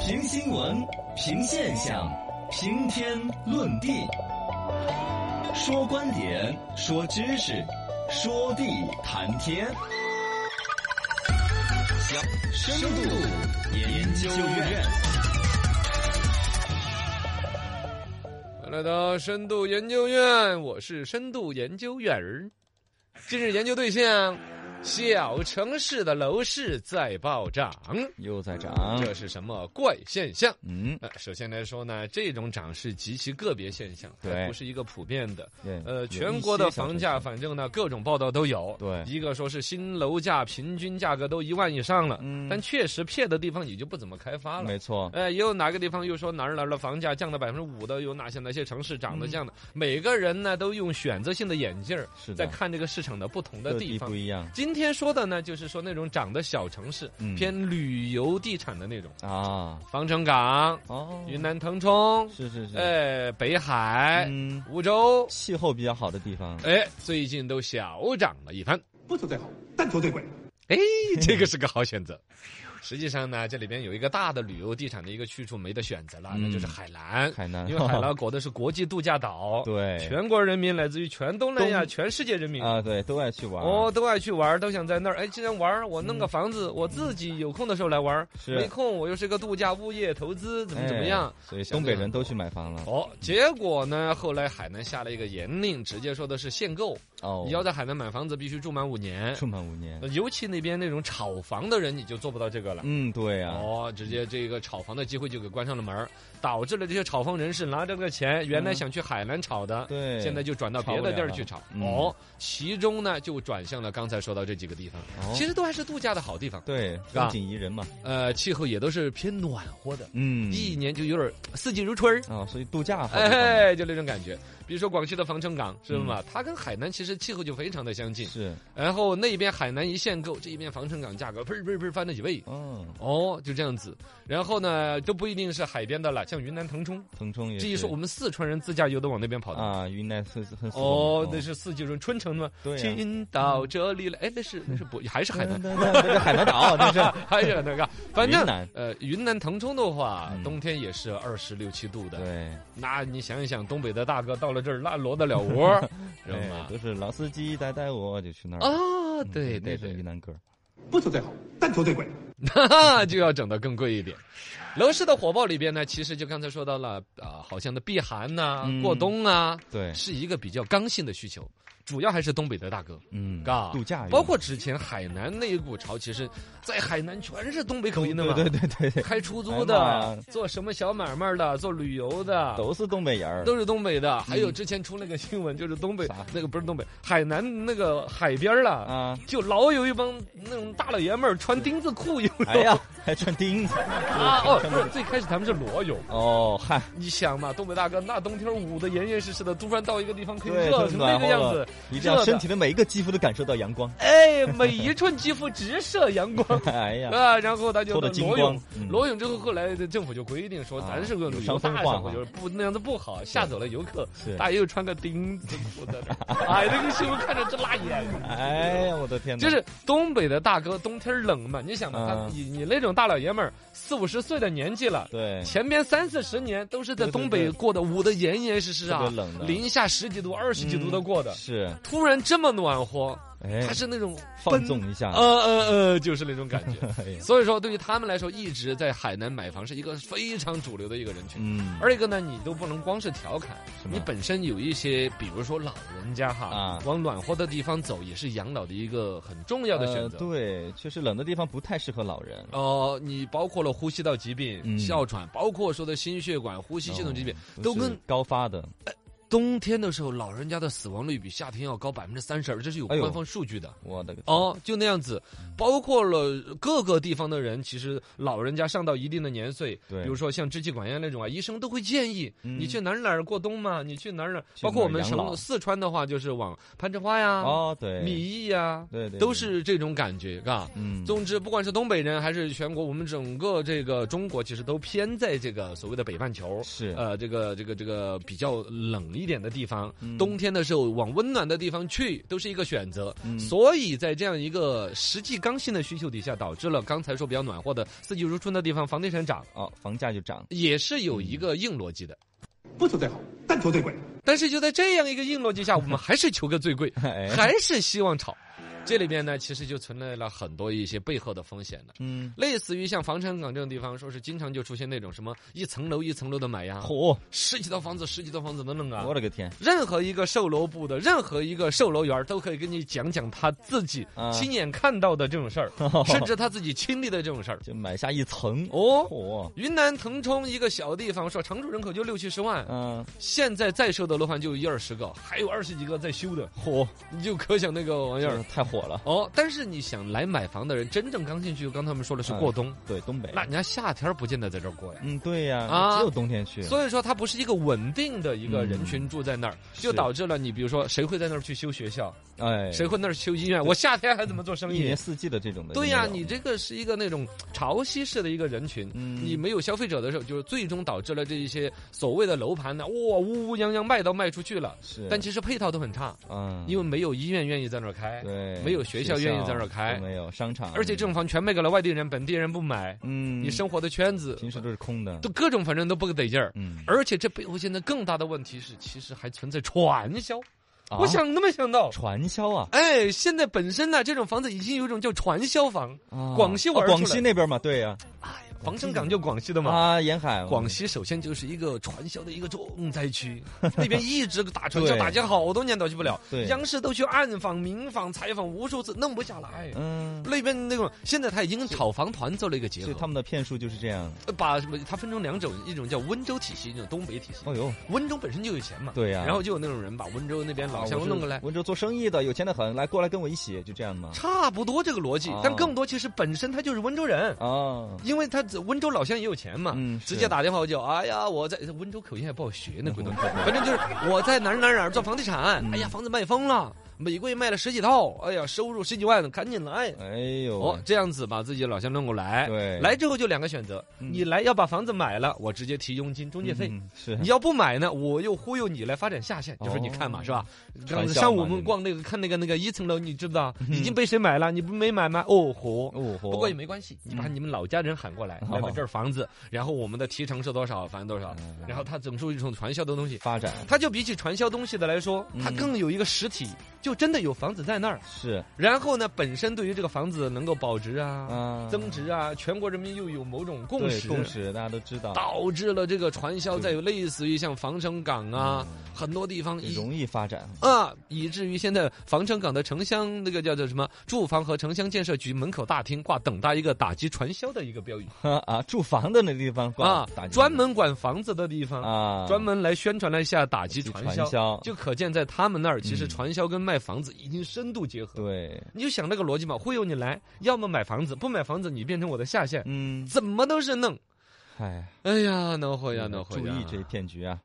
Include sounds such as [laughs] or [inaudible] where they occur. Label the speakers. Speaker 1: 评新闻，评现象，评天论地，说观点，说知识，说地谈天。深度研究院。
Speaker 2: 欢迎来到深度研究院，我是深度研究院儿。今日研究对象：小城市的楼市在暴涨，
Speaker 1: 又在涨，
Speaker 2: 这是什么怪现象？
Speaker 1: 嗯，
Speaker 2: 呃，首先来说呢，这种涨是极其个别现象，
Speaker 1: 对
Speaker 2: 还不是一个普遍的。
Speaker 1: 对，
Speaker 2: 呃，全国的房价，
Speaker 1: 反，
Speaker 2: 反正呢，各种报道都有。
Speaker 1: 对
Speaker 2: 一个说是新楼价平均价格都一万以上了，
Speaker 1: 嗯
Speaker 2: 但确实撇的地方也就不怎么开发了。
Speaker 1: 没错，
Speaker 2: 哎，也有哪个地方又说哪儿哪儿的房价降了百分之五的，有哪些哪些城市
Speaker 1: 嗯
Speaker 2: 涨得降的？每个人呢都用选择性的眼镜儿
Speaker 1: 是
Speaker 2: 在
Speaker 1: 的，
Speaker 2: 看这个市场的不同的
Speaker 1: 各
Speaker 2: 地
Speaker 1: 地
Speaker 2: 方
Speaker 1: 不。一样
Speaker 2: 今天说的呢，就是说那种涨的小城市，
Speaker 1: 嗯
Speaker 2: 偏旅游地产的那种，
Speaker 1: 啊，
Speaker 2: 防城港、
Speaker 1: 哦，
Speaker 2: 云南腾冲，
Speaker 1: 是是是，
Speaker 2: 哎，北海、
Speaker 1: 嗯，
Speaker 2: 梧州，
Speaker 1: 气候比较好的地方，
Speaker 2: 哎，最近都小涨了一番。
Speaker 3: 不求最好，但求最贵。
Speaker 2: [laughs] 哎，这个是个好选择。实际上呢，这里边有一个大的旅游地产的一个去处没得选择了，那就是
Speaker 1: 嗯
Speaker 2: 海南。
Speaker 1: 海南，
Speaker 2: 因
Speaker 1: [laughs]
Speaker 2: 为海南国的是国际度假岛，
Speaker 1: 对
Speaker 2: 全国人民来自于全东南亚、
Speaker 1: 东
Speaker 2: 全世界人民。
Speaker 1: 啊，对，都爱去玩，
Speaker 2: 哦，，都爱去玩儿，都想在那儿。哎，既然玩儿，我弄个房子，我自己有空的时候来玩儿，
Speaker 1: 嗯是
Speaker 2: 没空我又是个度假物业投资，怎么怎么样？
Speaker 1: 哎？所以东北人都去买房了。
Speaker 2: 哦，结果呢，后来海南下了一个严令，直接说的是限购，
Speaker 1: 哦，
Speaker 2: 你要在海南买房子必须住满五年。呃
Speaker 1: 住满五年。
Speaker 2: 尤其那边那种炒房的人，你就做不到这个了。
Speaker 1: 嗯，对呀、
Speaker 2: 哦，直接这个炒房的机会就给关上了门儿导致了这些炒房人士拿着这个钱，原来想去海南炒的，
Speaker 1: 嗯对
Speaker 2: 现在就转到别的地儿去炒
Speaker 1: 炒。不了了嗯
Speaker 2: 哦，其中呢就转向了刚才说到这几个地方，
Speaker 1: 哦
Speaker 2: 其实都还是度假的好地方，
Speaker 1: 对，
Speaker 2: 是
Speaker 1: 风
Speaker 2: 吧
Speaker 1: 景宜人嘛。
Speaker 2: 呃，气候也都是偏暖和的，
Speaker 1: 嗯，
Speaker 2: 一年就有点儿四季如春儿。
Speaker 1: 啊、所以度假好地方嘛、嗯
Speaker 2: 哎，就那种感觉，比如说广西的防城港，是吧？它跟海南其实气候就非常的相近，
Speaker 1: 是，
Speaker 2: 然后那边海南一限购，这一边防城港价格砰砰砰翻了几倍，
Speaker 1: 嗯、
Speaker 2: 哦，就这样子。然后呢，都不一定是海边的了，像云南腾冲，
Speaker 1: 腾冲也
Speaker 2: 这一
Speaker 1: 是
Speaker 2: 说我们四川人自驾游都往那边跑的。
Speaker 1: 啊，云南很很死
Speaker 2: 哦
Speaker 1: 亡，
Speaker 2: 那是四季春春城吗？
Speaker 1: 对啊呀
Speaker 2: 青岛这里来，哎，那是那是不还是海南？
Speaker 1: 那 [laughs] 那那海南岛，那是
Speaker 2: [laughs] 还是那个，反正
Speaker 1: 云南
Speaker 2: 呃，云南腾冲的话，
Speaker 1: 嗯
Speaker 2: 冬天也是二十六七度的。
Speaker 1: 对，
Speaker 2: 那你想一想，东北的大哥到了这儿，那罗得了窝，
Speaker 1: [laughs]
Speaker 2: 知道
Speaker 1: 哎
Speaker 2: 吗，
Speaker 1: 都？是老司机带带我，就去那儿了。
Speaker 2: 啊，对
Speaker 1: 嗯
Speaker 2: 对
Speaker 1: 那是
Speaker 2: 对
Speaker 1: 云，南歌。
Speaker 3: 不求最好，但求最贵。
Speaker 2: 那 [laughs] 就要整得更贵一点。楼市的火爆里边呢，其实就刚才说到了，啊，好像的避寒呐、
Speaker 1: 嗯
Speaker 2: 过冬啊，
Speaker 1: 对，
Speaker 2: 是一个比较刚性的需求，主要还是东北的大哥。
Speaker 1: 嗯，
Speaker 2: 嘎，
Speaker 1: 度假用
Speaker 2: 包括之前海南那一股潮，其实，在海南全是东北口音的嘛，
Speaker 1: 对对对对对，
Speaker 2: 开出租
Speaker 1: 哎呀妈
Speaker 2: 的
Speaker 1: 呀，
Speaker 2: 做什么小买卖的，做旅游的，
Speaker 1: 都是东北人儿。
Speaker 2: 都是东北的。还有之前出那个新闻，就是东北
Speaker 1: 啥
Speaker 2: 那个不是东北，海南那个海边儿了， [laughs]
Speaker 1: 啊，
Speaker 2: 就老有一帮那种大老爷们儿穿丁字裤游泳
Speaker 1: 哎呀，还穿钉子。
Speaker 2: [laughs] 啊哦，不是最开始他们是裸泳。
Speaker 1: 哦，嗨，
Speaker 2: 你想嘛，东北大哥那冬天捂得严严实实的，突然到一个地方可以
Speaker 1: 对
Speaker 2: 热
Speaker 1: 就
Speaker 2: 成
Speaker 1: 是
Speaker 2: 那
Speaker 1: 暖
Speaker 2: 个
Speaker 1: 和
Speaker 2: 样
Speaker 1: 了
Speaker 2: 子，
Speaker 1: 一定要
Speaker 2: 热的
Speaker 1: 身体的每一个肌肤都感受到阳光。。
Speaker 2: 哎，每一寸肌肤直射阳光
Speaker 1: [laughs] 哎呀，
Speaker 2: 啊，然后他就
Speaker 1: 脱得精
Speaker 2: 裸泳
Speaker 1: 光，嗯
Speaker 2: 裸泳之后，后来政府就规定说，
Speaker 1: 啊
Speaker 2: 咱是个旅游
Speaker 1: 有伤风
Speaker 2: 大
Speaker 1: 化
Speaker 2: 省，
Speaker 1: 哈
Speaker 2: 就是不那样子不好，吓走了游客
Speaker 1: 是。
Speaker 2: 大爷又穿个钉子裤在
Speaker 1: [laughs]
Speaker 2: 那儿，哎，那个新闻看着直辣眼。
Speaker 1: 哎呀，我的天哪！
Speaker 2: 呃就是东北的大哥，冬天冷嘛，你想嘛，他
Speaker 1: 嗯
Speaker 2: 你你那种大老爷们儿，四五十岁的年纪了，
Speaker 1: 对，
Speaker 2: 前边三四十年都是在
Speaker 1: 对对
Speaker 2: 东北
Speaker 1: 对
Speaker 2: 过的，捂得严严实实啊
Speaker 1: 特别冷，的
Speaker 2: 零下十几度、二十几度的过的，
Speaker 1: 是，
Speaker 2: 突然这么暖和，
Speaker 1: 哎
Speaker 2: 他，是那种
Speaker 1: 放纵一下
Speaker 2: 呃，呃呃，就是那种感觉。
Speaker 1: 啊 [laughs] 哎呀
Speaker 2: 所以说，对于他们来说，一直在海南买房是一个非常主流的一个人群。
Speaker 1: 嗯，
Speaker 2: 二一个呢，你都不能光是调侃，
Speaker 1: 什么
Speaker 2: 你本身有一些，比如说老人家哈，
Speaker 1: 啊
Speaker 2: 往暖和的地方走，也是养老的一个很重要的选
Speaker 1: 呃
Speaker 2: 择。
Speaker 1: 对，确实冷的地方不太适合老人。
Speaker 2: 哦，你包括了呼吸道疾病、
Speaker 1: 嗯
Speaker 2: 哮喘，包括说的心血管、呼吸系统疾病，
Speaker 1: 哦
Speaker 2: 都
Speaker 1: 是
Speaker 2: 跟
Speaker 1: 高发的，
Speaker 2: 冬天的时候老人家的死亡率比夏天要高百分之三十二，这是有
Speaker 1: 哎呦
Speaker 2: 官方数据的。
Speaker 1: 我的个天，
Speaker 2: 哦，就那样子，包括了各个地方的人，其实老人家上到一定的年岁，
Speaker 1: 对
Speaker 2: 比如说像支气管炎那种啊，医生都会建议、
Speaker 1: 嗯
Speaker 2: 你去哪儿哪儿过冬嘛，你去哪儿哪儿，
Speaker 1: 去
Speaker 2: 包括我们
Speaker 1: 哪儿养老
Speaker 2: 成四川的话，就是往攀枝花呀、
Speaker 1: 哦，对，
Speaker 2: 米易呀，
Speaker 1: 对对，
Speaker 2: 都
Speaker 1: 对，
Speaker 2: 是这种感觉，嘎。
Speaker 1: 嗯，
Speaker 2: 总之，不管是东北人还是全国，我们整个这个呃中国，其实都偏在这个所谓的北半球，
Speaker 1: 是
Speaker 2: 呃，这个这个这个比较冷一一点的地方，
Speaker 1: 嗯
Speaker 2: 冬天的时候往温暖的地方去，都是一个选择。
Speaker 1: 嗯
Speaker 2: 所以在这样一个实际刚性的需求底下，导致了刚才说比较暖和的四季如春的地方，房地产涨
Speaker 1: 哦，房价就涨。 [laughs]
Speaker 2: 也是有
Speaker 1: 嗯
Speaker 2: 一个硬逻辑的。
Speaker 3: 不求最好，但求最贵。
Speaker 2: 但是就在这样一个硬逻辑下，我们还是求个最贵，
Speaker 1: 哎
Speaker 2: 还是希望炒。这里边呢，其实就存在了很多一些背后的风险了。
Speaker 1: 嗯，
Speaker 2: 类似于像房产港这种地方，说是经常就出现那种什么一层楼一层楼的买呀，
Speaker 1: 嚯，
Speaker 2: 十几套房子十几套房子的弄啊
Speaker 1: 我。了个天！
Speaker 2: 任何一个售楼部的任何一个售楼员儿都可以跟你讲讲他自己
Speaker 1: 啊
Speaker 2: 亲眼看到的这种事儿，甚至他自己亲历的这种事儿。
Speaker 1: 就买下一层。
Speaker 2: 哦，
Speaker 1: 嚯，
Speaker 2: 云南腾冲一个小地方，说常住人口就六七十万，
Speaker 1: 嗯，
Speaker 2: 现在在售的楼盘就有一二十个，还有二十几个在修的，嚯，你就可想那个玩意
Speaker 1: 这
Speaker 2: 儿。
Speaker 1: 太火了。
Speaker 2: 哦，但是你想来买房的人，真正刚进去，刚才我们说了是过冬，
Speaker 1: 对，东北。
Speaker 2: 那人家夏天不见得在这儿过呀。
Speaker 1: 嗯，对呀，
Speaker 2: 啊
Speaker 1: 只有冬天去。
Speaker 2: 所以说，它不是一个稳定的一个人群住在那儿，嗯就是导致了你比如说，谁会在那儿去修学校？
Speaker 1: 哎，
Speaker 2: 谁会那儿修医院？我夏天还怎么做生
Speaker 1: 一
Speaker 2: 意
Speaker 1: 年？四季的这种的都
Speaker 2: 对
Speaker 1: 没有。
Speaker 2: 呀、你这个是一个那种潮汐式的一个人群，
Speaker 1: 嗯
Speaker 2: 你没有消费者的时候，就是最终导致了这一些所谓的楼盘呢，哇、乌乌泱泱卖都卖出去了，
Speaker 1: 是，
Speaker 2: 但其实配套都很差，
Speaker 1: 嗯，
Speaker 2: 因为没有医院愿意在那儿开，
Speaker 1: 对，
Speaker 2: 没有学校愿意在那儿开
Speaker 1: 都没有商场，
Speaker 2: 而且这种房全卖给了外地人，本地人不买，
Speaker 1: 嗯，
Speaker 2: 你生活的圈子
Speaker 1: 平时都是空的
Speaker 2: 都，各种反正都不得劲儿，
Speaker 1: 嗯，
Speaker 2: 而且这背后现在更大的问题是，其实还存在传销。
Speaker 1: 啊
Speaker 2: 我想都没想到，
Speaker 1: 传销啊，
Speaker 2: 哎，现在本身呢，这种房子已经有一种叫传销房，
Speaker 1: 啊
Speaker 2: 广西玩
Speaker 1: 啊
Speaker 2: 出来
Speaker 1: 广西那边嘛，对呀，
Speaker 2: 防城港就广西的嘛。
Speaker 1: 啊，沿海
Speaker 2: 广西首先就是一个传销的一个重
Speaker 1: [laughs]
Speaker 2: 灾区，那边一直打传销，
Speaker 1: 对
Speaker 2: 打击好多年都去不了。
Speaker 1: 对
Speaker 2: 央视都去暗访、民访、采访无数次，弄不下来。
Speaker 1: 嗯，
Speaker 2: 那边那种，现在他已经跟炒房团做了一个结
Speaker 1: 所以他
Speaker 2: 合，
Speaker 1: 们的骗术就是这样。
Speaker 2: 呃把什么？他分成两种，一种叫温州体系，一种东北体系。
Speaker 1: 哦呦，
Speaker 2: 温州本身就有钱嘛，
Speaker 1: 对呀
Speaker 2: 然后就有那种人把温州那边老乡
Speaker 1: 啊
Speaker 2: 弄过来
Speaker 1: 我是，温州做生意的，有钱的很，来过来跟我一起，就这样嘛。
Speaker 2: 差不多这个逻辑
Speaker 1: 啊，
Speaker 2: 但更多其实本身他就是温州人。
Speaker 1: 啊，
Speaker 2: 因为他这温州老乡也有钱嘛，
Speaker 1: 嗯是
Speaker 2: 直接打电话就，哎呀，我在温州口音还不好学
Speaker 1: [laughs]
Speaker 2: 呢，鬼东西，反正就是我在哪儿哪儿哪儿做房地产，
Speaker 1: 嗯
Speaker 2: 哎呀，房子卖疯了，每个月卖了十几套，哎呀，收入十几万，赶紧来。
Speaker 1: 哎呦，
Speaker 2: 哦，这样子把自己的老乡弄过来，
Speaker 1: 对
Speaker 2: 来之后就两个选择，
Speaker 1: 嗯
Speaker 2: 你来要把房子买了，我直接提佣金、中介费，
Speaker 1: 嗯是
Speaker 2: 你要不买呢，我又忽悠你来发展下线，就说你看嘛，
Speaker 1: 哦
Speaker 2: 是吧？刚
Speaker 1: 传
Speaker 2: 才
Speaker 1: 销
Speaker 2: 上午
Speaker 1: 嘛嗯
Speaker 2: 我
Speaker 1: 你
Speaker 2: 们
Speaker 1: 们
Speaker 2: 逛那个看那个那个一层楼，你知不知道已经被谁买了？你不没买吗？哦豁！
Speaker 1: 哦豁，
Speaker 2: 不过也没关系，你把你们老家人喊过来，
Speaker 1: 哦
Speaker 2: 来买这儿房子，然后我们的提成是多少，反正多少
Speaker 1: 嗯，
Speaker 2: 然后它整出一种传销的东西。
Speaker 1: 发展
Speaker 2: 它就比起传销东西的来说，它
Speaker 1: 嗯
Speaker 2: 更有一个实体，就真的有房子在那儿。
Speaker 1: 是
Speaker 2: 然后呢，本身对于这个房子能够保值啊、
Speaker 1: 啊，
Speaker 2: 增值啊，全国人民又有某种共
Speaker 1: 对
Speaker 2: 识，
Speaker 1: 共识大家都知道，
Speaker 2: 导致了这个传销在有类似于像防城港啊，
Speaker 1: 嗯
Speaker 2: 很多地方以
Speaker 1: 容易发展。
Speaker 2: 啊，以至于现在防城港的城乡那个叫做什么住房和城乡建设局门口大厅挂等大一个打击传销的一个标语
Speaker 1: [laughs] 啊，住房的那地方
Speaker 2: 啊
Speaker 1: 打，
Speaker 2: 专门管房子的地方。
Speaker 1: 啊，
Speaker 2: 专门来宣传了一下打击
Speaker 1: 打击
Speaker 2: 传
Speaker 1: 传
Speaker 2: 销，
Speaker 1: 销
Speaker 2: 就可见在他们那儿，其实
Speaker 1: 嗯
Speaker 2: 传销跟卖房子已经深度结合。
Speaker 1: 对，
Speaker 2: 你就想那个逻辑嘛，忽悠你来，要么买房子，不买房子你变成我的下线，
Speaker 1: 嗯，
Speaker 2: 怎么都是弄。
Speaker 1: 哎，
Speaker 2: 哎呀，恼火呀，恼火
Speaker 1: 嗯注
Speaker 2: 呀！
Speaker 1: 意这骗局啊！